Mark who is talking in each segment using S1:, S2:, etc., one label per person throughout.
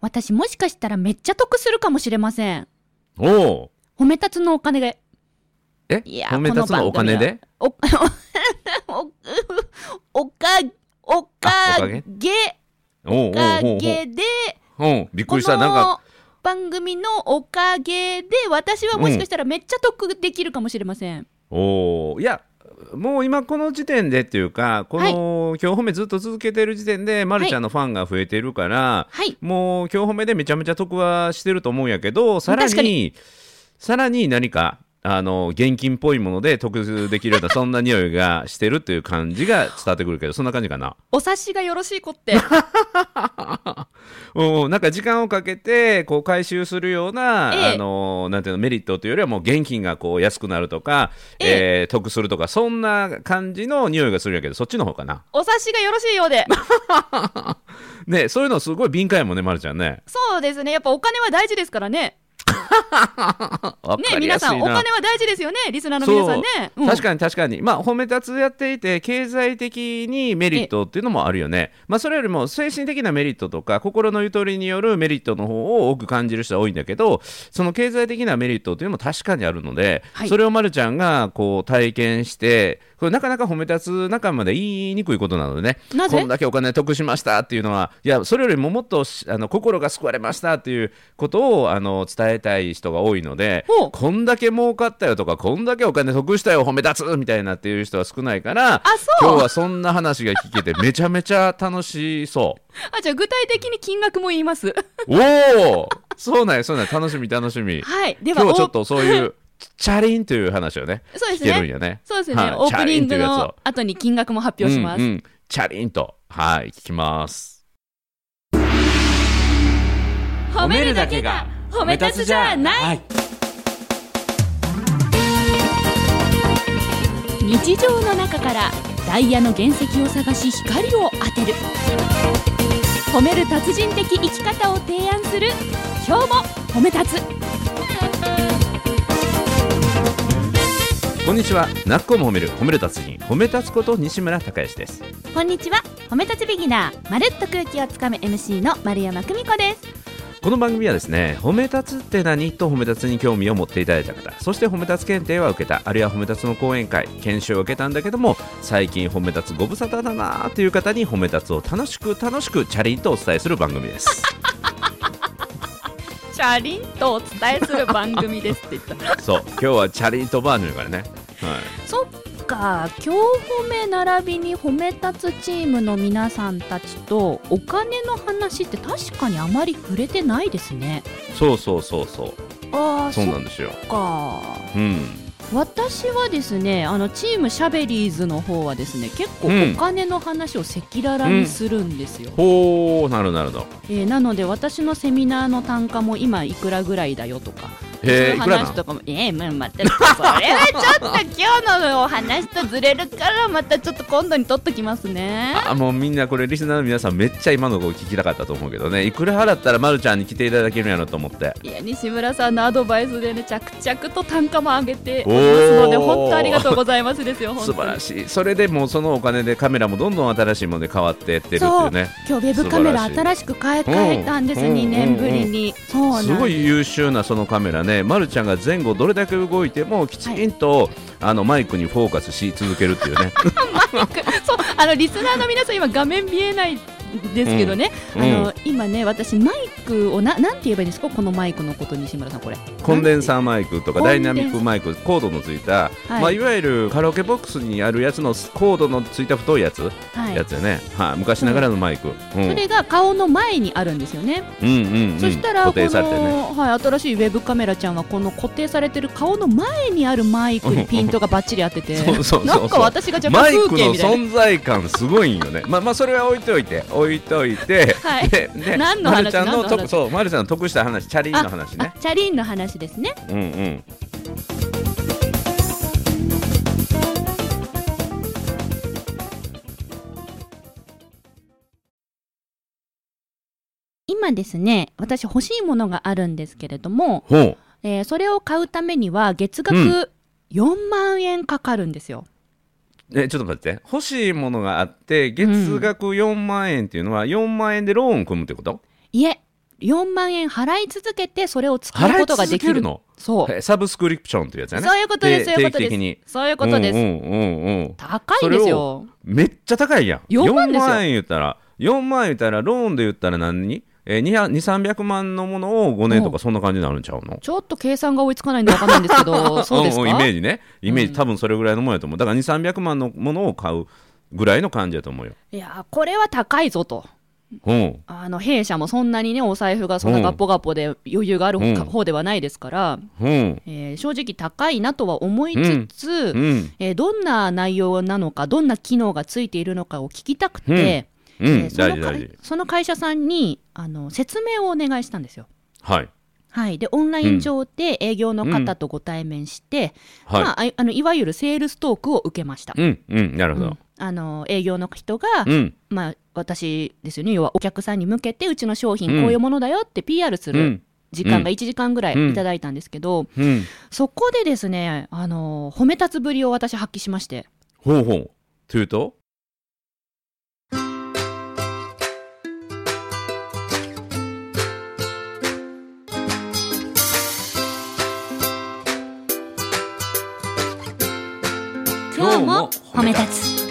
S1: 私もしかしたらめっちゃ得するかもしれません。
S2: おお。
S1: 褒め立つのお金で。
S2: え
S1: いや
S2: 褒め立つのお金で
S1: お、 お、おか、お
S2: あお
S1: か
S2: かげ
S1: げ、
S2: おうお
S1: お
S2: う
S1: か
S2: おう
S1: げで、
S2: おうおうびっく
S1: こ
S2: りした。なんか、
S1: の番組のおかげで、私はもしかしたらめっちゃ得できるかもしれません。
S2: おおいやもう今この時点でっていうかこの「今日褒め」ずっと続けてる時点で、まるちゃんのファンが増えてるから、
S1: はい
S2: もう「今日褒め」でめちゃめちゃ得はしてると思うんやけどさらに
S1: 確かに
S2: さらに何かあの現金っぽいもので得できるようなそんな匂いがしてるっていう感じが伝わってくるけどそんな感じかな。
S1: お察しがよろしい子 って。
S2: おおなんか時間をかけてこう回収するような、
S1: ええ
S2: あのーなんていうのメリットというよりはもう現金がこう安くなるとか、
S1: え
S2: えー得するとかそんな感じの匂いがするんやけどそっちの方かな
S1: お察しがよろしいようで。
S2: ねそういうのすごい敏感やもんねまるちゃんね
S1: そうですね。やっぱお金は大事ですからね。
S2: わ
S1: ね
S2: か、り
S1: 皆
S2: やす
S1: さん、
S2: い
S1: お
S2: な
S1: 金は大事ですよね。リスナーの皆さんね。
S2: そう確かに確かにまあ褒め立つやっていて経済的にメリットっていうのもあるよねまあそれよりも精神的なメリットとか心のゆとりによるメリットの方を多く感じる人は多いんだけどその経済的なメリットっていうのも確かにあるので、
S1: はい
S2: それをまるちゃんがこう体験してこれなかなか褒め立つ仲間で言いにくいことなのでね
S1: なぜ
S2: こんだけお金得しましたっていうのはいやそれよりももっとしあの心が救われましたっていうことをあの伝えたい人が多いので
S1: ほう
S2: こんだけ儲かったよとかこんだけお金得したよ褒め立つみたいなっていう人は少ないか
S1: あ
S2: ら
S1: そう
S2: 今日はそんな話が聞けてめちゃめちゃ楽しそう
S1: あ、じゃあ具体的に金額も言います。
S2: おおそうなんやそうなんや楽しみ楽しみ
S1: はい。では、
S2: 今日ちょっ
S1: お
S2: とそういうチャリンという話をね
S1: そうです
S2: 聞けるん
S1: ね。
S2: やね
S1: そうですね。
S2: はい
S1: オープニング
S2: チャリンというやつ
S1: の
S2: を
S1: 後に金額も発表します。
S2: うんうん、チャリンとはい聞きます
S1: 褒めるだけが褒め立つじゃない
S2: い
S1: 日常の中からダイヤの原石を探し光を当てる褒める達人的生き方を提案する今日も褒め立つ
S2: こんにちはなっこも褒める褒める達人褒め立つこと西村孝之です
S1: こんにちは褒め立つビギナーまるっと空気をつかむ MC の丸山久美子です
S2: この番組はですね褒め立つって何と褒め立つに興味を持っていただいた方そして褒め立つ検定は受けたあるいは褒め立つの講演会研修を受けたんだけども最近褒め立つご無沙汰だなーっていう方に褒め立つを楽しく楽しくチャリンとお伝えする番組です
S1: チャリンとお伝えする番組ですって言った
S2: そう今日はチャリンとバージョンやからねはい
S1: そっか今日褒め並びに褒め立つチームの皆さんたちとお金の話って確かにあまり触れてないですね
S2: そうそうそうそう
S1: ああ
S2: そうなんですよ
S1: そっか
S2: うん
S1: 私はですねあのチームシャベリーズの方はですね結構
S2: うん
S1: お金の話を赤裸々にするんですよ、
S2: ほーなるなるの
S1: えーなので私のセミナーの単価も今いくらぐらいだよとか
S2: へえい
S1: そ
S2: く
S1: の
S2: らな
S1: 話
S2: ん
S1: とかもええまあまたそれはちょっと今日のお話とずれるからまたちょっと今度に取っときますね
S2: あもうみんなこれリスナーの皆さんめっちゃ今の子聞きたかったと思うけどねいくら払ったらまるちゃんに来ていただけるんやろと思って
S1: いや西村さんのアドバイスでね着々と単価も上げてお
S2: おー
S1: りますので本当ありがとうございますですよ本当
S2: 素
S1: に
S2: 晴らしいそれでもうそのお金でカメラもどんどん新しいもので変わってってるっていうね
S1: 今日ウェブカメラ
S2: 素晴ら
S1: 新しく買い替えたんです、
S2: うん
S1: 2年ぶりに、そうなん
S2: すごい優秀なそのカメラね、ま、るちゃんが前後どれだけ動いてもきちんと、あのマイクにフォーカスし続けるっ ていうね
S1: そうあのリスナーの皆さん今画面見えないですけどね、
S2: うん
S1: あの今ね私マイクをななんて言えばいいんですかこのマイクのこと西村さんこれ
S2: コンデンサーマイクと
S1: コ
S2: か
S1: ン
S2: ダ
S1: デ
S2: イ
S1: ンサー
S2: ナミックマイクコードのついた、
S1: はい
S2: いまあ、いわゆるカラオケボックスにあるやつのコードのついた太いやつ、
S1: はい
S2: やつよね、はい、昔ながらのマイク、うん、
S1: それが顔の前にあるんですよね、
S2: うんうんうん、
S1: そしたら
S2: 固
S1: こ
S2: 定
S1: の、
S2: されてね
S1: はい、新しいウェブカメラちゃんはこの固定されてる顔の前にあるマイクにピントがバッチリ当てて
S2: そうそうそうそう
S1: なんか私が若
S2: マ
S1: 干
S2: イ
S1: 風
S2: ク
S1: 景
S2: の
S1: みたいな。
S2: 存在感すごいんよねまあまあそれは置いといて置いといて
S1: はい
S2: でで
S1: 何の
S2: ま
S1: 話
S2: るちゃんの
S1: 何の話
S2: 得そうまるちゃんの得した話チャリンの話
S1: あ
S2: ね
S1: チャリンの話ですね
S2: うんうん
S1: 今ですね私欲しいものがあるんですけれども、
S2: ほう
S1: えーそれを買うためには月
S2: う
S1: 額4万円かかるんですよ、
S2: えちょっと待って欲しいものがあって月額4万円っていうのは4万円でローン組むってこと、
S1: いえ4万円払い続けてそれを使うことができる
S2: 払い続けるの
S1: そう、
S2: えサブスクリプションというやつやね
S1: そういうことですそういうこと
S2: 定期
S1: で
S2: 的に
S1: すそういうことです、
S2: うんうんうんうん
S1: 高いんですよ
S2: めっちゃ高いやん
S1: 4万ですよ
S2: 4万円言ったら4万円言ったらローンで言ったら何えー、2 0 0 300万のものを5年と
S1: う
S2: かそんな感じになるんちゃうの
S1: ちょっと計算が追いつかないんでわかんないんですけ どそうですか、
S2: んんイメージねイメージ、
S1: うん
S2: 多分それぐらいのもんやと思うだから2300万のものを買うぐらいの感じやと思うよ
S1: いやーこれは高いぞと
S2: うん
S1: あの弊社もそんなにねお財布がそんなガッポガッポで余裕がある
S2: うん
S1: 方ではないですから、
S2: うん
S1: えー正直高いなとは思いつつ、
S2: うん
S1: えーどんな内容なのかどんな機能がついているのかを聞きたくて、
S2: うん
S1: え
S2: う
S1: ー
S2: ん
S1: そ
S2: 大
S1: の
S2: 事
S1: か
S2: 大
S1: い
S2: 事
S1: その会社さんにあの説明をお願いしたんですよ。
S2: はい
S1: はい、でオンライン上で営業の方とご対面して、
S2: はい、
S1: まあ、あいあのいわゆるセールストークを受けました、
S2: うんうんなるほ
S1: う
S2: ど
S1: んあの営業の人が、
S2: うん
S1: まあ、私ですよね要はお客さんに向けてうちの商
S2: う
S1: 品
S2: ん
S1: こういうものだよって PR す
S2: う
S1: る
S2: ん
S1: 時間
S2: うん
S1: が1時間ぐら
S2: うん
S1: いいただいたんですけど、
S2: うん
S1: そこでですねあの褒め立つぶりを私発揮しまして
S2: ほうほうというと今日も褒め
S1: 立つ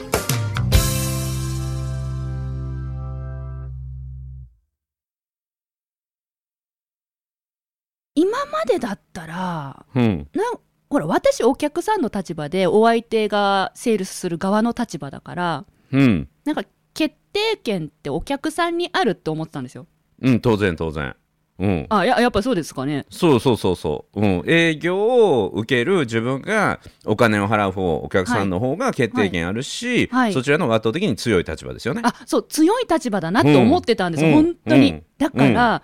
S1: 今までだったら
S2: うん
S1: なんほら私お客さんの立場でお相手がセールスする側の立場だから
S2: うん
S1: なんか決定権ってお客さんにあるって思ってたんですよ
S2: うん当然当然うん
S1: あややっぱそうですかね
S2: そうそうそうそう、うん、営業を受ける自分がお金を払う方お客さんの方が決定権あるし、
S1: はいはい
S2: そちらの方が圧倒的に強い立場ですよね。
S1: あそう強い立場だなと思ってたんですよ、
S2: うん
S1: 本当に、
S2: うん
S1: だから、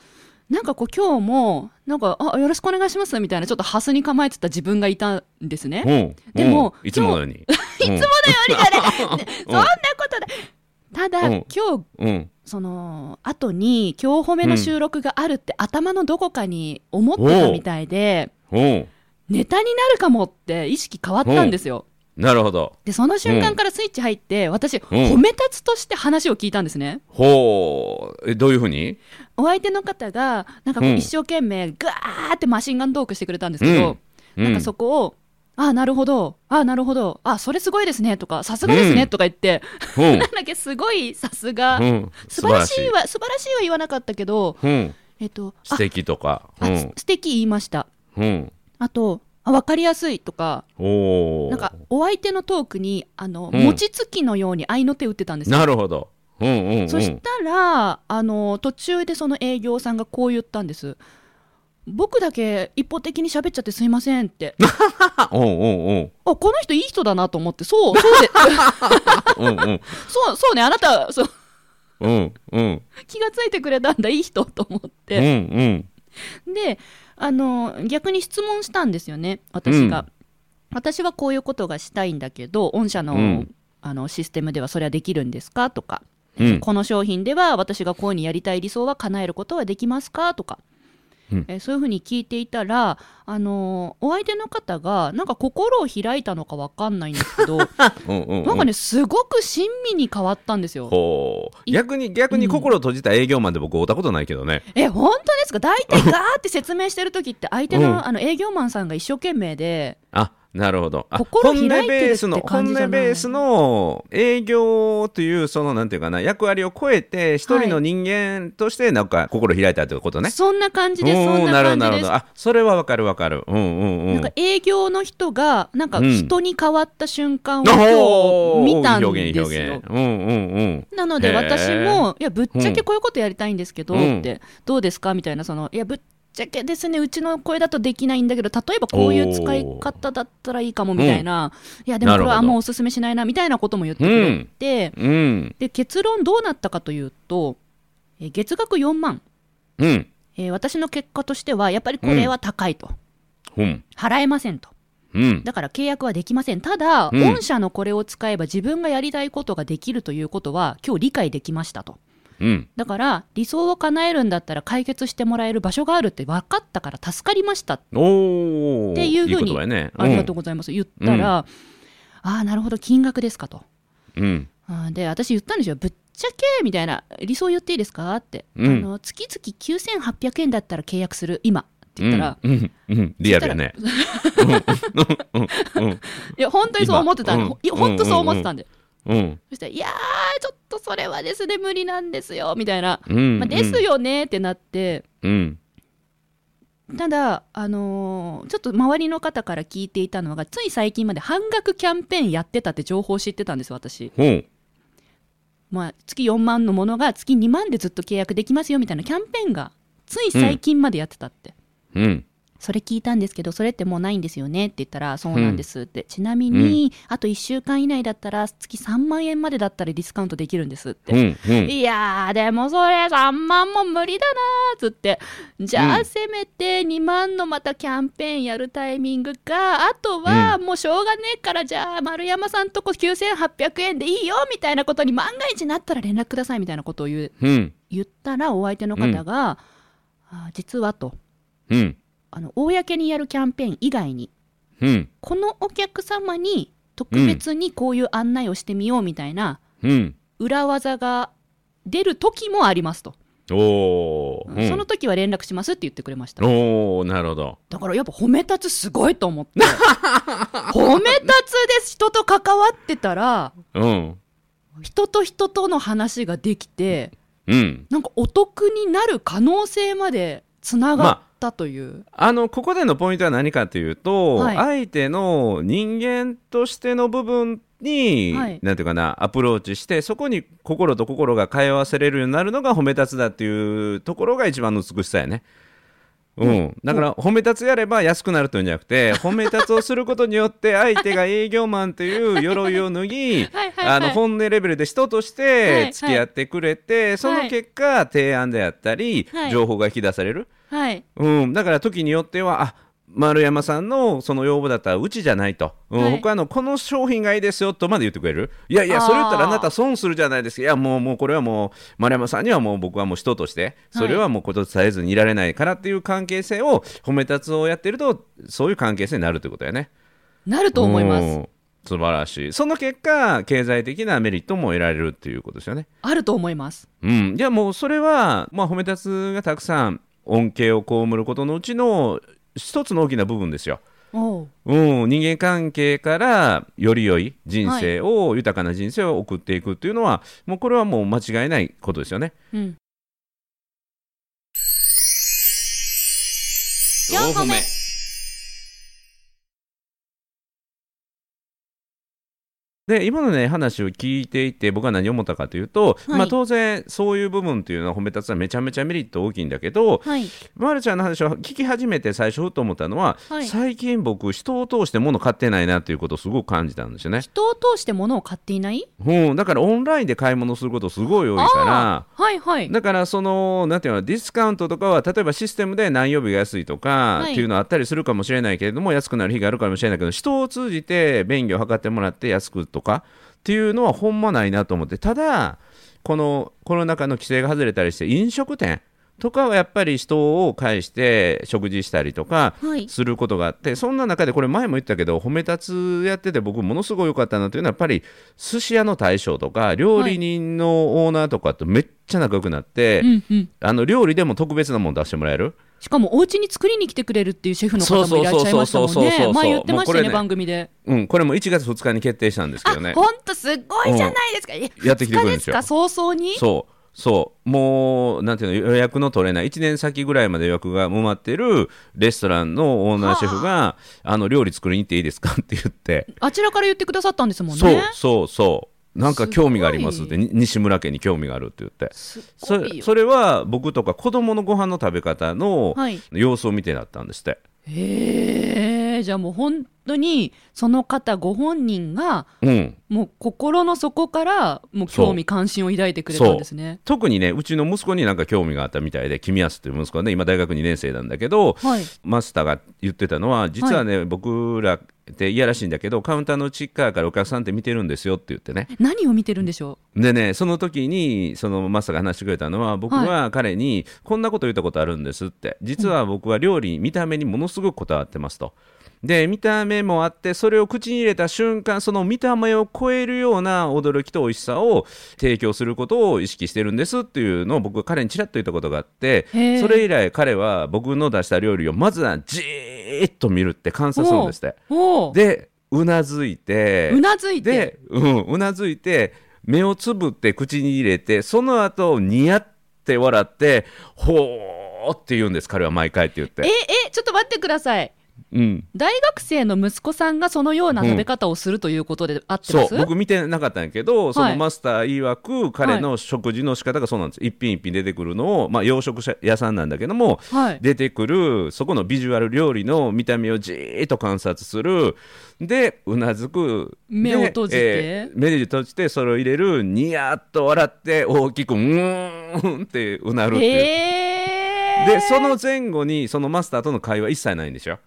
S1: なんかこう今日もなんかあよろしくお願いしますみたいなちょっとハスに構えてた自分がいたんですね、
S2: うん、
S1: でも
S2: うんいつも のように。いつものよ
S1: そんなことだただ、
S2: うん
S1: 今日
S2: うに。うん、
S1: その後に今日褒めの収録があるって頭のどこかに思ってたみたいで、
S2: うん、
S1: ネタになるかもって意識変わったんですよ、
S2: なるほど。
S1: でその瞬間からスイッチ入って私、褒め立つとして話を聞いたんですね
S2: ほう、え、どういうふうに。
S1: お相手の方がなんかこう
S2: うん
S1: 一生懸命ガーってマシンガントークしてくれたんですけど、
S2: うん
S1: なんかそこを「ああなるほどああなるほどあそれすごいですね」とか「さすがです
S2: う
S1: ね」
S2: ん
S1: とか言って、
S2: うん、
S1: なんだっけすごいさすが、
S2: うん、
S1: 素晴らしいは素晴らしいは言わなかったけど
S2: うん、
S1: えっと
S2: 素敵とか。
S1: あ、あす素敵言いました
S2: うん、うん、
S1: あとあ分かりやすいとか
S2: おお。
S1: なんかお相手のトークにあの、
S2: うん
S1: 餅つきのように合いの手打ってたんですよ
S2: なるほど。うん、うん、うん。
S1: そしたら、あの、途中でその営業さんがこう言ったんです。僕だけ一方的に喋っちゃってすいませんって。あ、
S2: あ、うん、うん、うん、
S1: この人いい人だなと思って、そう、そうで、
S2: うん、うん、
S1: そう、そうね、あなた、そう、
S2: うん、うん、
S1: 気がついてくれたんだ、いい人と思っ
S2: う
S1: て。
S2: ん、うん。
S1: で、あの、逆に質問したんですよね、私が。私はこういうことがしたいんだけど、御社の、
S2: うん
S1: あの、システムではそれはできるんですかとか。
S2: うん
S1: この商品では私がこういうふうにやりたい理想は叶えることはできますかとか、
S2: うん
S1: えーそういうふうに聞いていたら、あのーお相手の方がなんか心を開いたのかわかんないんです けどなん
S2: うんうんうん
S1: かねすごく親身に変わったんですよ。
S2: ほう
S1: い
S2: 逆に逆に心を閉じた営業マンで僕会ったことないけどね、
S1: え本当ですか大体ガーって説明してる時って相手の,、
S2: うん
S1: あの営業マンさんが一生懸命で
S2: あなるほどあ
S1: 心開いてるって
S2: 本音ベースの
S1: 感じじゃない
S2: 本音ベースの営業というそのなんていうかな役割を超えて一人の人間としてなんか心開いたということね、
S1: そんな感じ
S2: お
S1: ですそん
S2: ー
S1: な
S2: なるほ
S1: 感
S2: どなる
S1: じで
S2: ほ
S1: す
S2: ど。あそれはわかるわかるうんうんうん
S1: なんか営業の人がなんか人に変わった瞬間を今
S2: おー
S1: 日見たん
S2: 表現
S1: です
S2: 表
S1: よ
S2: 現。うんうんうん
S1: なので
S2: へー
S1: 私も、いや、ぶっちゃけこういうことやりたいんですけど、
S2: うん
S1: って、どうですかみたいな、その、いや、ぶっちゃけですね、うちの声だとできないんだけど、例えばこういう使い方だったらいいかもみたいな、いや、でもこれはあんまおすすめしないな、みたいなことも言ってくれて、
S2: うん
S1: で、結論どうなったかというと、え月額4万、
S2: うん
S1: えー私の結果としては、やっぱりこれは高いと。
S2: うん
S1: 払えませんと。
S2: うん
S1: だから契約はできません。ただ、
S2: うん
S1: 御社のこれを使えば自分がやりたいことができるということは、今日理解できましたと。
S2: うん
S1: だから理想を叶えるんだったら解決してもらえる場所があるって分かったから助かりました、
S2: おお
S1: っていうふうに
S2: いい言葉やね
S1: ありがとうございます言ったら、ああなるほど金額ですかと
S2: うんうん
S1: うんで私言ったんですよぶっちゃけみたいな理想言っていいですかって、
S2: うん
S1: あの月々9800円だったら契約する今って言ったら、
S2: うんうんうん、リアルやね。うんうん
S1: いや本当にそう思ってた
S2: 今
S1: の、
S2: うん
S1: ほいや本当そう思ってたんで、
S2: うんうん
S1: そしたら「いやーちょっとそれはですね無理なんですよ」みたいな「
S2: うん
S1: まあ、ですよね」ってなって
S2: うん
S1: ただあのーちょっと周りの方から聞いていたのがつい最近まで半額キャンペーンやってたって情報を知ってたんですよ私、
S2: ほう
S1: まあ、月4万のものが月2万でずっと契約できますよみたいなキャンペーンがつい最近までやってたって、
S2: うん
S1: それ聞いたんですけどそれってもうないんですよねって言ったらそうなんですって、ちなみに、あと1週間以内だったら月3万円までだったらディスカウントできるんですって、
S2: うんうん
S1: いやーでもそれ3万も無理だなーっつってじゃあ、
S2: うん
S1: せめて2万のまたキャンペーンやるタイミングかあとはもうしょうがねえからじゃあ丸山さんとこ9800円でいいよみたいなことに万が一なったら連絡くださいみたいなことを言う
S2: うん
S1: 言ったらお相手の方が、あー実はと。
S2: うん
S1: あの公にやるキャンペーン以外に
S2: うん
S1: このお客様に特別にこういう案内をしてみようみたいな
S2: うん
S1: 裏技が出る時もありますと、
S2: おーうん
S1: その時は連絡しますって言ってくれました
S2: おーなるほど
S1: だからやっぱ褒め立つすごいと思って褒め立つです人と関わってたら
S2: うん
S1: 人と人との話ができて
S2: うん
S1: なんかお得になる可能性までつながったという、
S2: あのここでのポイントは何かというと、
S1: はい
S2: 相手の人間としての部分に、
S1: はい
S2: なんていうかなアプローチしてそこに心と心が通わせれるようになるのが褒め立つだっていうところが一番の美しさやね。うんだから褒め立つやれば安くなるというんじゃなく て褒め立つをすることによって相手が営業マンという鎧を脱ぎ
S1: はいはいはい
S2: あの本音レベルで人として付き合ってくれて、その結果提案であったり、
S1: はい
S2: 情報が引き出される、
S1: はい
S2: うん、だから時によってはあ丸山さんのその要望だったらうちじゃないと、うん
S1: はい
S2: 他のこの商品がいいですよとまで言ってくれるいやいや
S1: あー
S2: それ言ったらあなた損するじゃないですかいやもうもうこれはもう丸山さんにはもう僕はもう人としてそれはもうこと伝えずにいられないからっていう関係性を褒め立つをやってるとそういう関係性になるということだよね。
S1: なると思います
S2: うん素晴らしいその結果経済的なメリットも得られるっていうことですよね。
S1: あると思います
S2: うん、いやもうそれは、まあ、褒め立つがたくさん恩恵を被ることのうちの一つの大きな部分ですよ。
S1: おう
S2: うん、人間関係からより良い人生を、豊かな人生を送っていくっていうのはもうこれはもう間違いないことですよね。
S1: うん
S2: 4
S1: 個目
S2: で今のね話を聞いていて僕は何を思ったかというと、
S1: はい
S2: まあ、当然そういう部分っていうのは褒め立つはめちゃめちゃメリット大きいんだけど、
S1: はい
S2: まるちゃんの話を聞き始めて最初ふと思ったのは、
S1: はい
S2: 最近僕人を通して物買ってないなっていうことをすごく感じたんですよね、
S1: 人を通して物を買っていない
S2: うん、だからオンラインで買い物することすごい多いから
S1: はいはい
S2: だからそのなんていうのディスカウントとかは例えばシステムで何曜日が安いとか
S1: はい
S2: っていうのあったりするかもしれないけれども、安くなる日があるかもしれないけど人を通じて便宜を図ってもらって安くとかっていうのはほんまないなと思ってただこのコロナ禍の規制が外れたりして飲食店とかはやっぱり人を介して食事したりとか
S1: はい
S2: することがあってそんな中でこれ前も言ったけど褒め立つやってて僕ものすごい良かったなというのはやっぱり寿司屋の大将とか料理人のオーナーとかとめっちゃ仲良くなって、
S1: うんうん
S2: あの料理でも特別なもの出してもらえる
S1: しかもお家に作りに来てくれるっていうシェフの方もいらっしゃいましたもん
S2: そうそうそうそ
S1: ね
S2: うそうそう
S1: 前言ってましたよ
S2: もうこれ
S1: ね
S2: ね
S1: 番組で
S2: うん、これも1月2日に決定したんですけ
S1: あ
S2: どね
S1: ほんとすごいじゃないですかえ
S2: やってきてくれるんです
S1: 二日
S2: よ
S1: か早々に
S2: そうそうもうなんていうの予約の取れない1年先ぐらいまで予約が埋まってるレストランのオーナーシェフがあの料理作りに行っていいですかって言って、
S1: あちらから言ってくださったんですもん
S2: そう
S1: ね
S2: そうそうなんか興味がありますって
S1: す
S2: に西村家に興味があるって言って
S1: すっご
S2: そ
S1: いよ
S2: それは僕とか子供のご飯の食べ方の
S1: はい
S2: 様子を見てだったんですって、
S1: へえじゃあもう本当にその方ご本人が
S2: うん、
S1: もう心の底からもう興味関心を抱いてくれたんですね
S2: 特にねうちの息子になんか興味があったみたいで君安という息子はね今大学2年生なんだけど
S1: はい
S2: マスターが言ってたのは実はね、僕らっていやらしいんだけどカウンターの内側からお客さんって見てるんですよって言ってね
S1: 何を見てるんでしょ
S2: でねその時にそのマスターが話してくれたのは僕は彼にこんなこと言ったことあるんですって実は僕は料理見た目にものすごくこだわってますと。で見た目もあってそれを口に入れた瞬間その見た目を超えるような驚きと美味しさを提供することを意識してるんですっていうのを僕彼にちらっと言ったことがあって
S1: へー
S2: それ以来彼は僕の出した料理をまずはじーっと見るって観察するんですって
S1: おう
S2: でうなずいて
S1: うなずいて
S2: で、うん、うなずいて目をつぶって口に入れてその後にやって笑ってほーって言うんです彼は毎回って言っ
S1: え
S2: て、
S1: えちょっと待ってください
S2: うん、
S1: 大学生の息子さんがそのような食べ方をするということで合ってま
S2: そう
S1: す、
S2: 僕見てなかったんやけどそ
S1: は
S2: の
S1: い
S2: マスター曰く彼の食事の仕方がそうなんです、一品一品出てくるのを、まあ、洋食屋さんなんだけども
S1: はい
S2: 出てくるそこのビジュアル料理の見た目をじーっと観察するでうなずく
S1: 目を
S2: で
S1: 閉じて
S2: ー目を閉じてそれを入れるニヤっと笑って大きくうーんってうなるってい
S1: へ
S2: う、
S1: え
S2: でその前後にそのマスターとの会話一切ないんでしょ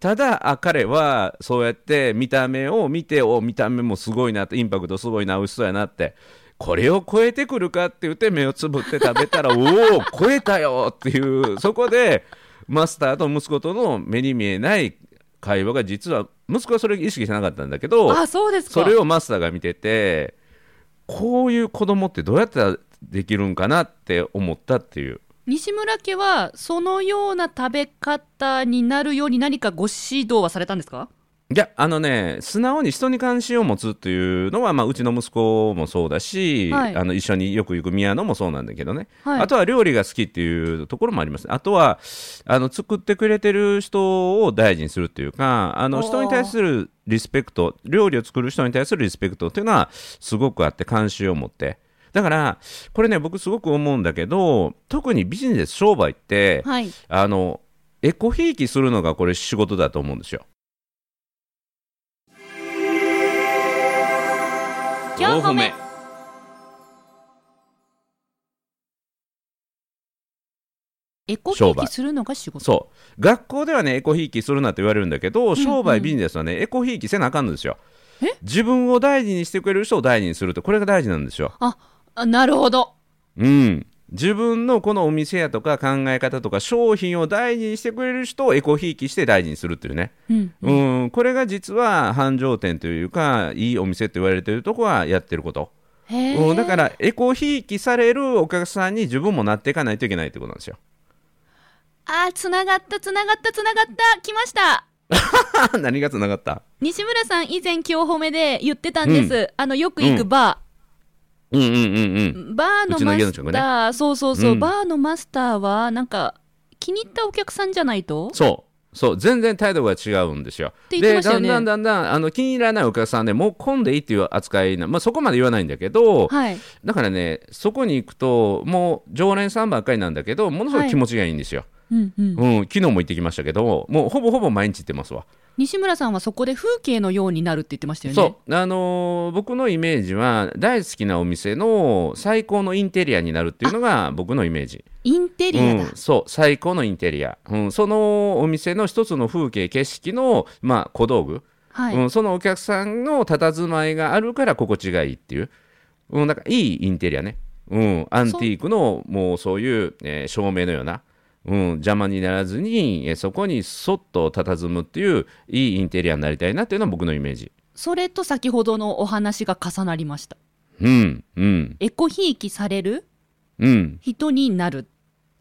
S2: ただあ彼はそうやって見た目を見てお見た目もすごいなってインパクトすごいな美味しそうやなってこれを超えてくるかって言って目をつぶって食べたら おお超えたよっていうそこでマスターと息子との目に見えない会話が実は息子はそれ意識してなかったんだけど
S1: あそうですか
S2: それをマスターが見ててこういう子供ってどうやったらできるんかなって思ったっていう
S1: 西村家はそのような食べ方になるように何かご指導はされたんですか
S2: いやあのね素直に人に関心を持つっていうのは、まあ、うちの息子もそうだし、
S1: はい
S2: あの一緒によく行く宮野もそうなんだけどね、
S1: はい
S2: あとは料理が好きっていうところもありますあとはあの作ってくれてる人を大事にするっていうかあ
S1: おー
S2: の人に対するリスペクト料理を作る人に対するリスペクトっていうのはすごくあって関心を持ってだからこれね僕すごく思うんだけど特にビジネス商売って、
S1: はい
S2: あのエコひいきするのがこれ仕事だと思うんですよ。
S1: 4歩目エコひ
S2: 商
S1: いき
S2: 売
S1: するのが仕事
S2: そう学校ではねエコひいきするなって言われるんだけど商売ビジネスはね、エコひいきせなあかんのですよ
S1: え
S2: 自分を大事にしてくれる人を大事にするってこれが大事なんですよ
S1: あなるほど
S2: うん自分のこのお店やとか考え方とか商品を大事にしてくれる人をエコひいきして大事にするっていうね
S1: うん
S2: うんこれが実は繁盛店というかいいお店って言われてるとこはやってること、
S1: へ
S2: う
S1: え
S2: ん、だからエコひいきされるお客さんに自分もなっていかないといけないってことなんですよ
S1: あーつながったつながったつながった来ました
S2: あ何がつながった
S1: 西村さん以前今日褒めで言ってたんです、あのよく行くバ
S2: うんうんうんうん
S1: ー、バーの
S2: うちの
S1: マ
S2: 家の
S1: スタ
S2: 近くね
S1: ー、そうそうそう、
S2: うん
S1: バーのマスターはなんか気に入ったお客さんじゃないと
S2: そうそう全然態度が違うんですよ。
S1: て言ってま
S2: で
S1: したよね
S2: だんだんだんだんあの気に入らないお客さんでもう混んでいいっていう扱いな、まあ、そこまで言わないんだけど、
S1: はい
S2: だからねそこに行くともう常連さんばっかりなんだけどものすご
S1: はい
S2: い気持ちがいいんですよ。
S1: うんうん
S2: うん昨日も行ってきましたけどもうほぼほぼ毎日行ってますわ。
S1: 西村さんはそこで風景のようになるって言ってましたよね
S2: そうあのー僕のイメージは大好きなお店の最高のインテリアになるっていうのが僕のイメージ。
S1: インテリアだ、
S2: うん、そう最高のインテリア、うん、そのお店の一つの風景景色の、まあ、小道具、
S1: はい、
S2: うん、そのお客さんの佇まいがあるから心地がいいっていう、うん、なんかいいインテリアね、うん、アンティークのもうそういう、えー照明のような、うん、邪魔にならずに、えーそこにそっと佇むっていういいインテリアになりたいなっていうのは僕のイメージ。
S1: それと先ほどのお話が重なりました
S2: うんうん
S1: エコひいきされる
S2: うん
S1: 人になる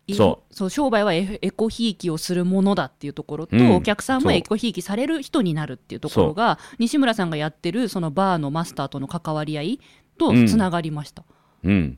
S1: い
S2: そ
S1: そう商売はエエコひいきをするものだっていうところと、
S2: うん
S1: お客さんも
S2: そう
S1: エコひいきされる人になるっていうところが西村さんがやってるそのバーのマスターとの関わり合いと
S2: うん
S1: つながりました、
S2: うん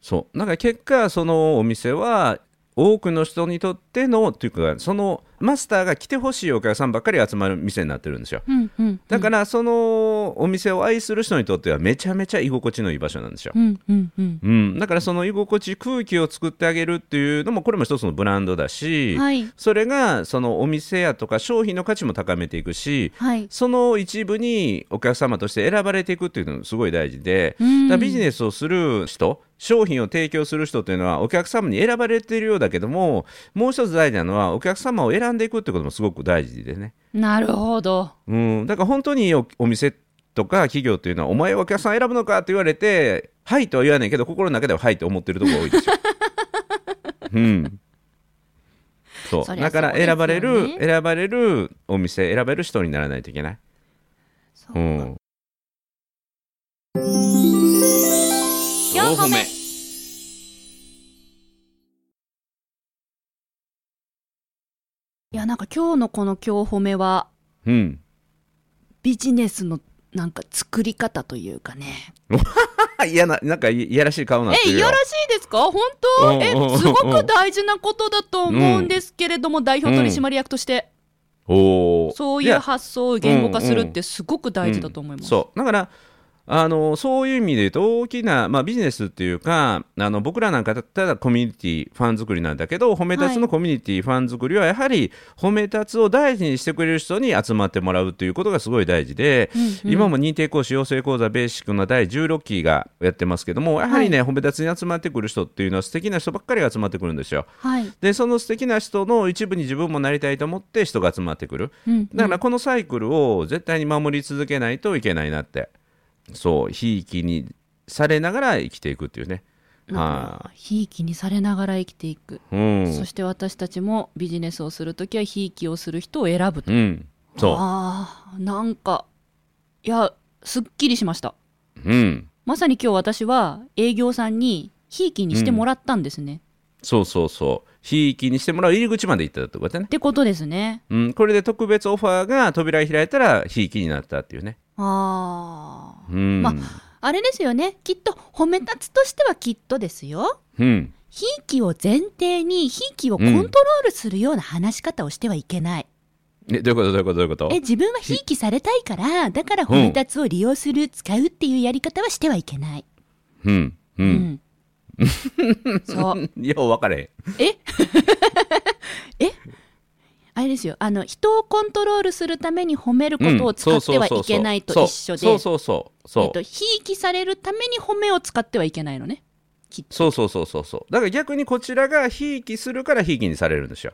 S2: そうなんか結果そのお店は多くの人にとってのというかそのマスターが来てほしいお客さんばっかり集まる店になってるんですよ。
S1: うんうん
S2: だからそのお店を愛する人にとってはめちゃめちゃ居心地のいい場所なんですよ。
S1: うんうんうん
S2: うん、だからその居心地空気を作ってあげるっていうのもこれも一つのブランドだし、
S1: はい
S2: それがそのお店やとか商品の価値も高めていくし
S1: はい
S2: その一部にお客様として選ばれていくっていうのもすごい大事で、
S1: うん
S2: だからビジネスをする人商品を提供する人というのはお客様に選ばれているようだけどももう一つ大事なのはお客様を選んでいくってこともすごく大事でね。
S1: なるほど
S2: うん、だから本当にいいおお店とか企業というのは、お前はお客さん選ぶのかって言われて、はいとは言 わないけど、心の中でははいと思ってるところが多いですよ。うん、そう
S1: そりゃ
S2: だから
S1: そうですよね
S2: 選ばれる、選ばれるお店選べる人にならないといけない、
S1: そう
S2: うん、
S1: 四歩目いやなんか今日のこの今日褒めは
S2: うん
S1: ビジネスのなんか作り方というかね。
S2: あいやななんかいいやらしい顔になって
S1: え、
S2: る
S1: い
S2: よ
S1: やらしいですか本当
S2: うん
S1: え
S2: うんうんうん、
S1: すごく大事なことだと思うんですけれども、代表取締役として、
S2: おー
S1: そうい
S2: や
S1: う発想を言語化するっ
S2: うんう
S1: てすごく大事だと思います。
S2: そうだからあのそういう意味で言うと大きな、まあ、ビジネスっていうかあの僕らなんかだったらコミュニティファン作りなんだけど褒め立つ
S1: は
S2: のコミュニティファン作りはやはり褒め立つを大事にしてくれる人に集まってもらうということがすごい大事で、
S1: うんうん
S2: 今も認定講師養成講座ベーシックの第16期がやってますけどもやはりね、褒め立つに集まってくる人っていうのは素敵な人ばっかりが集まってくるんですよ。
S1: はい。
S2: でその素敵な人の一部に自分もなりたいと思って人が集まってくる。
S1: うん
S2: だからこのサイクルを絶対に守り続けないといけないなってそうひいきにされながら生きていくっていうねは
S1: ひいきにされながら生きていく。
S2: いうん
S1: そして私たちもビジネスをするときはひいきをする人を選ぶと。
S2: うんそ
S1: ああ、なんか、いや、すっきりしました。
S2: ううん
S1: まさに今日私は営業さんにひいきにしてもらったんですね。
S2: そうそうそうひいきにしてもらう入り口まで行ったってことね
S1: っ、てことですね。
S2: うん、これで特別オファーが扉開いたらひいきになったっていうね
S1: ああ。
S2: うん、
S1: まあれですよね。きっと褒め立つとしてはきっとですよ。
S2: うん
S1: ひいきを前提に、ひいきをコントロールするような話し方をしてはいけない。
S2: えどういうことどういうことどういうこと
S1: え、自分はひいきされたいから、だから褒め立つを利用する、使うっていうやり方はしてはいけない。
S2: うんう、
S1: うんん。そう。
S2: よう分かれ
S1: ええあれですよ。あの、人をコントロールするために褒める
S2: へ
S1: こ
S2: ん、
S1: とを使ってはいけないと一緒で、
S2: そうそうそうそうそう
S1: えっと、ひいきされるために褒めを使ってはいけないのね。きっと。
S2: そうそうそうそうそうだから逆にこちらがひいきするからひいきにされるんですよ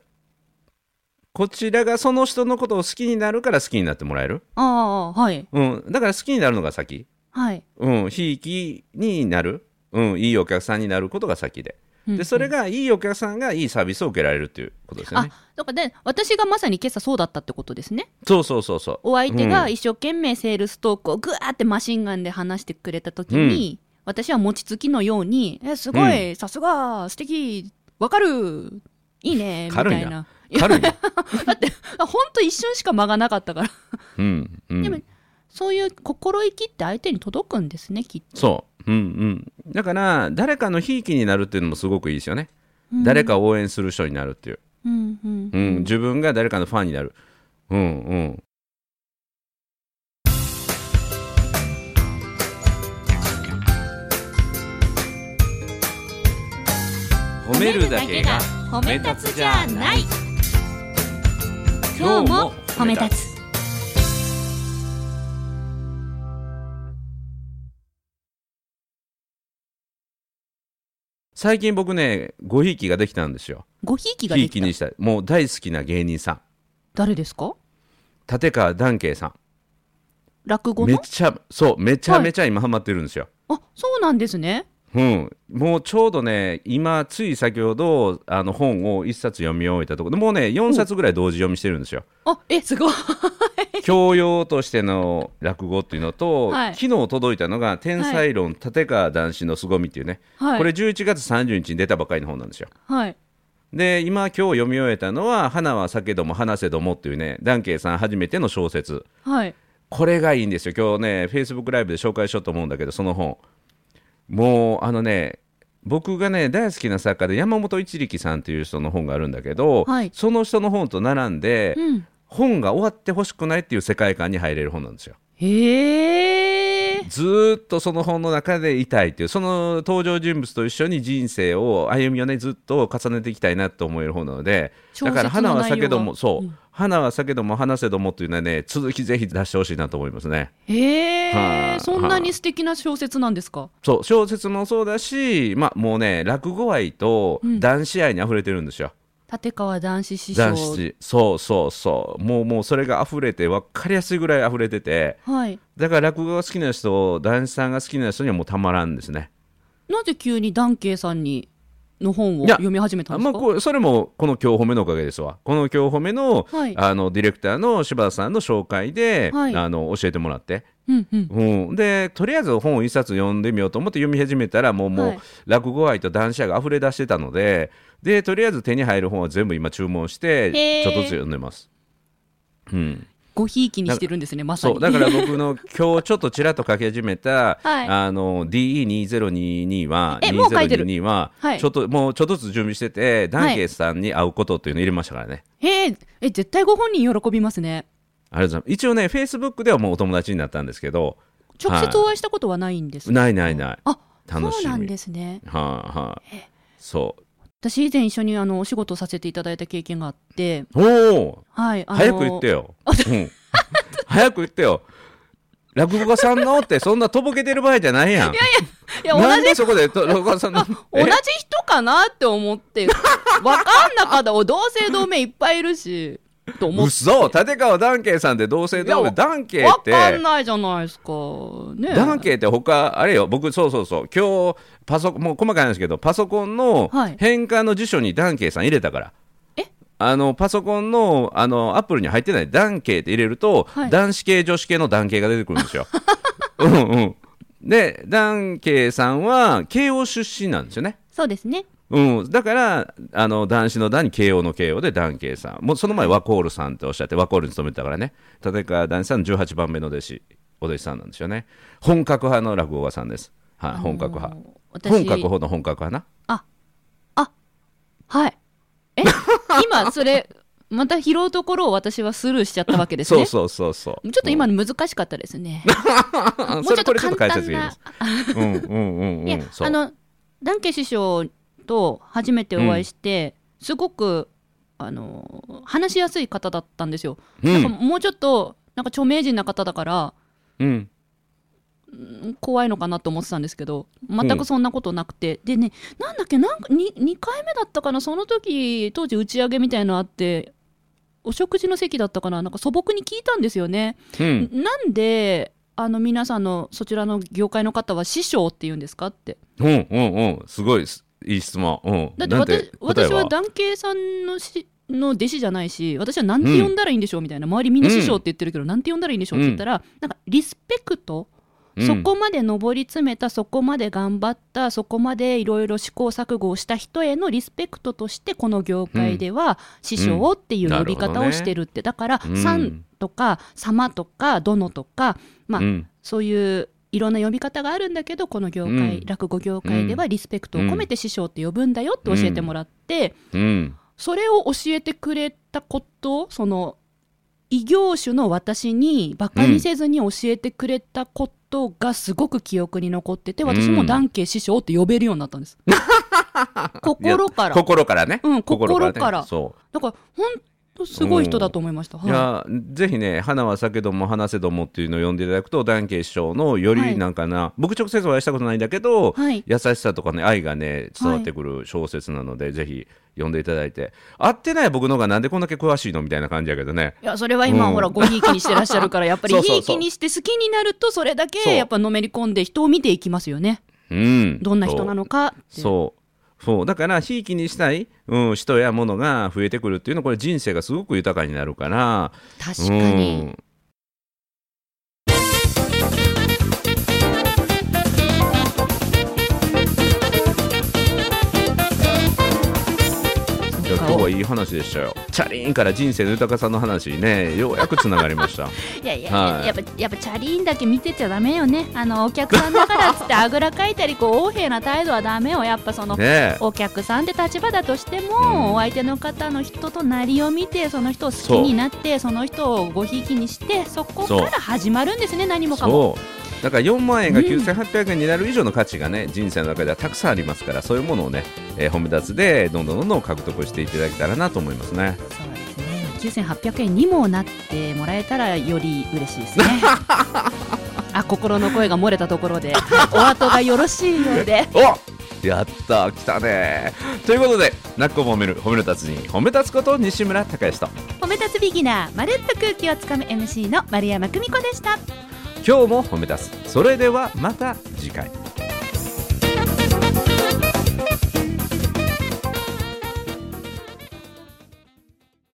S2: こちらがその人のことを好きになるから好きになってもらえる
S1: ああ、はい。
S2: うんだから好きになるのが先
S1: はい。
S2: うんひいきになるうんいいお客さんになることが先で
S1: うん
S2: でそれがいいお客さんがいいサービスを受けられるっていうことですよ
S1: あ
S2: ね、
S1: だからね、私がまさに今朝そうだったってことですね。
S2: そうそうそうそう
S1: お相手
S2: う
S1: が
S2: ん
S1: 一生懸命セールストークをぐわーってマシンガンで話してくれた時に、私は餅つきのように「えすごい、さすが素敵わかるいいね」みた
S2: 軽いない
S1: な。
S2: 軽 いね
S1: だってあほんと一瞬しか間がなかったから
S2: うんう
S1: でも
S2: ん
S1: そういう心意気って相手に届くんですねきっと、
S2: そううんうんだから誰かのひいきになるっていうのもすごくいいですよね、
S1: うん
S2: 誰かを応援する人になるっていう
S1: うんうん
S2: うん、自分が誰かのファンになる。うんうん。褒めるだけが
S1: 褒
S2: め立つじゃない
S1: 今日も褒め立
S2: つ。
S1: つ
S2: 最近僕ね、ごひいきができたんですよ。
S1: ごひいきが
S2: ひ
S1: で
S2: い
S1: き
S2: き
S1: た
S2: にしたい。もう大好きな芸人さん。
S1: 誰ですか
S2: 立川談慶さん。
S1: 落語
S2: めっ
S1: の
S2: ちゃ、そう、めちゃめちゃ今ハマってるんですよ。
S1: あそうなんですね
S2: うん、もうちょうどね、今、つい先ほど、あの本を一冊読み終えたところで、もうね、4冊ぐらい同時読みしてるんですよ。
S1: あえすご い
S2: 教養としての落語っていうのと、
S1: はい
S2: 昨日届いたのが「天才論立川談志の凄み」っていうね、
S1: はい
S2: これ11月30日に出たばかりの本なんですよ。
S1: はい
S2: で今今日読み終えたのは「花は酒ども話せども」っていうね談慶さん初めての小説
S1: はい
S2: これがいいんですよ今日ね Facebook ライブで紹介しようと思うんだけどその本もうあのね僕がね大好きな作家で山本一力さんっていう人の本があるんだけど、
S1: はい
S2: その人の本と並んで、
S1: うん
S2: 本が終わってほしくないっていう世界観に入れる本なんですよ。
S1: へえ
S2: ずーっとその本の中でいたいっていうその登場人物と一緒に人生を歩みをねずっと重ねていきたいなと思える本なのでだから「
S1: 小説の内容
S2: 花
S1: が
S2: は酒ども」そう「
S1: うん
S2: 花は酒ども話せども」というのはね続きぜひ出してほしいなと思いますね。
S1: へ
S2: は
S1: え
S2: あ
S1: そんなに素敵な小説なんですか
S2: そう小説もそうだし、まあ、もうね落語愛と
S1: うん
S2: 男子愛に溢れてるんですよ、
S1: 立川談志師匠
S2: 男子そうそうそうもうもうそれが溢れて分かりやすいぐらい溢れてて
S1: はい
S2: だから落語が好きな人男子さんが好きな人にはもうたまらんですね
S1: なぜ急にダンケイさんにの本を
S2: いや
S1: 読み始めたん
S2: あ
S1: で
S2: ん
S1: す
S2: ま
S1: か、
S2: こうそれもこの今日褒めのおかげですわこの今日褒めの,、
S1: はい
S2: あのディレクターの柴田さんの紹介で、
S1: はい
S2: あの教えてもらって、
S1: うんうん、
S2: うん、でとりあえず本を一冊読んでみようと思って読み始めたらもうもう、
S1: はい
S2: 落語愛と男子愛が溢れ出してたのででとりあえず手に入る本は全部今注文して
S1: へー
S2: ちょっとずつ読んでます。うん、
S1: ごひいきにしてるんですねまさ
S2: そ
S1: に
S2: うだから僕の今日ちょっとちらっと書き始めた、
S1: はい
S2: あの DE2022 は
S1: えもう書いてる
S2: 2022は
S1: はい
S2: ちょっともうちょっとずつ準備してて、ダンケイさんに会うことっていうの入れましたからね。
S1: へええ絶対ご本人喜びますね
S2: ありがとうございます一応ね、フェイスブックではもうお友達になったんですけど、
S1: 直接お会いしたことはないんですか
S2: ないないない。
S1: あ
S2: 楽しみ
S1: そうなんですね
S2: はい、はい、そう。
S1: 私以前一緒にあのお仕事させていただいた経験があって
S2: おお、
S1: はいあの
S2: 早く言ってよ。うん、早く言ってよ。落語家さんのってそんなとぼけてる場合じゃないやん。
S1: いや同
S2: なん
S1: じ
S2: でそこでと落語家さんの。
S1: 同
S2: え
S1: じ人かなって思 って分かんなかったお同姓同名いっぱいいるしと思って
S2: 嘘立川談慶さんって同姓同
S1: い
S2: 名
S1: や
S2: 談慶っ
S1: 分かん
S2: て
S1: ないじゃないですかね
S2: 談慶って他あれよ僕そうそうそう今日パソコンもう細かいんですけどパソコンの
S1: はい
S2: 変換の辞書に談慶さん入れたから、
S1: え
S2: あのパソコンのあのアップルに入ってない談慶って入れると、
S1: はい
S2: 男子系女子系の談慶が出てくるんで すようんうんで談慶さんは慶応出身なんですよね
S1: そうですね
S2: うん、だからあの男子の段に慶応の慶応で段慶さんもうその前ワコールさんっておっしゃってワコールに勤めてたからね立川談志さんの18番目の弟子お弟子さんなんですよね本格派の落語家さんです、はい、本格
S1: あ
S2: 派
S1: の私
S2: 本格派の本格派な
S1: はい え今それまた拾うところを私はスルーしちゃったわけです
S2: そ
S1: ね
S2: うそうそうそう
S1: ちょっと今の難しかったですね。
S2: うんあ
S1: も
S2: そう
S1: ちょ
S2: れ
S1: っ
S2: ことれちょ
S1: 簡
S2: っと解
S1: 単
S2: 説いりま
S1: な
S2: す。うんうんう ん
S1: いや
S2: うんそ
S1: あ
S2: う
S1: の、ダンケ師匠と初めてお会いして、すごく、あの、話しやすい方だったんですよ。
S2: う
S1: なんか
S2: ん
S1: もうちょっと、なんか著名人な方だから、
S2: うん
S1: うん怖いのかなと思ってたんですけど、全くそんなことなくて。でね、なんだっけ、なんかに 2, 回目だったかな、その時、当時打ち上げみたいのあって、お食事の席だったかな、なんか素朴に聞いたんですよね。
S2: うん
S1: なんであの皆さんのそちらの業界の方は師匠って言うんですかって
S2: うんうんうんすごいすいい質問う
S1: だって
S2: んなん
S1: 私
S2: て答え
S1: 私は
S2: は
S1: 男系さんのしの弟子じゃないし私はなんて呼んだらいいんでしょうみたいな、周りみんな師匠って言ってるけど、なんて呼んだらいいんでしょうって言ったら、なんかリスペクト、
S2: うん
S1: そこまで上り詰めたそこまで頑張ったそこまでいろいろ試行錯誤をした人へのリスペクトとしてこの業界では師匠っていう呼び方をしてるって、だから「
S2: うん
S1: さん」とか「様」とか「殿」とか、まあ
S2: うん
S1: そういういろんな呼び方があるんだけどこの業界、
S2: うん
S1: 落語業界ではリスペクトを込めて師匠って呼ぶんだよって教えてもらって、
S2: うん
S1: それを教えてくれたことその異業種の私にバカにせずに教えてくれたことがすごく記憶に残ってて、私も男系師匠って呼べるようになった んです。心から。
S2: 心からね
S1: うん心
S2: ね
S1: から
S2: そう
S1: だから本当すごい人だと思いました。
S2: い
S1: はい
S2: やぜひね「花は酒ども花せども」っていうのを読んでいただくと談慶師匠のよ
S1: は
S2: り
S1: い
S2: なんかな、僕直接お会いしたことないんだけど、
S1: はい
S2: 優しさとかね愛がね伝わってくる小説なので、ぜひ読んでいただいて合ってない僕の方がなんでこんだけ詳しいのみたいな感じやけどね
S1: いやそれは今、
S2: うん
S1: ほらごひいきにしてらっしゃるからやっぱり
S2: そうそう
S1: ひ
S2: そう
S1: いきにして好きになるとそれだ
S2: そう
S1: けやっぱのめり込んで人を見ていきますよね
S2: うん
S1: どんな人な
S2: の
S1: のかって
S2: そうそうだからひいきにしたい、うん、人やものが増えてくるっていうのこれ人生がすごく豊かになるから
S1: 確かに、
S2: うんいや今日はいい話でしたよ。チャリンから人生の豊かさの話にね、ようやくつながり ました。
S1: いやいや、
S2: はい
S1: やっぱやっぱチャリーンだけ見てちゃダメよねあのお客さんだからっつってあぐらかいたりこう横柄な態度はダメよやっぱその、
S2: ねえ、
S1: お客さんって立場だとしても、
S2: うん
S1: お相手の方の人となりを見てその人を好きになってその人をごひいきにしてそこ
S2: そう
S1: から始まるんですね何もかも
S2: そう。だから4万円が9800円になる以上の価値がね、人生の中ではたくさんありますから、そういうものをね、えー、褒め立つでどんどんどんどん獲得していただけたらなと思いますね。
S1: そうですね9800円にもなってもらえたらより嬉しいですねあ心の声が漏れたところではいお後がよろしいようで
S2: おやった来たねということで「なっこも褒める褒める達人褒め立つこと西村孝之と
S1: 褒め立つビギナーまるっと空気をつかむ MC の丸山久美子でした
S2: 今日も褒め立つそれではまた次回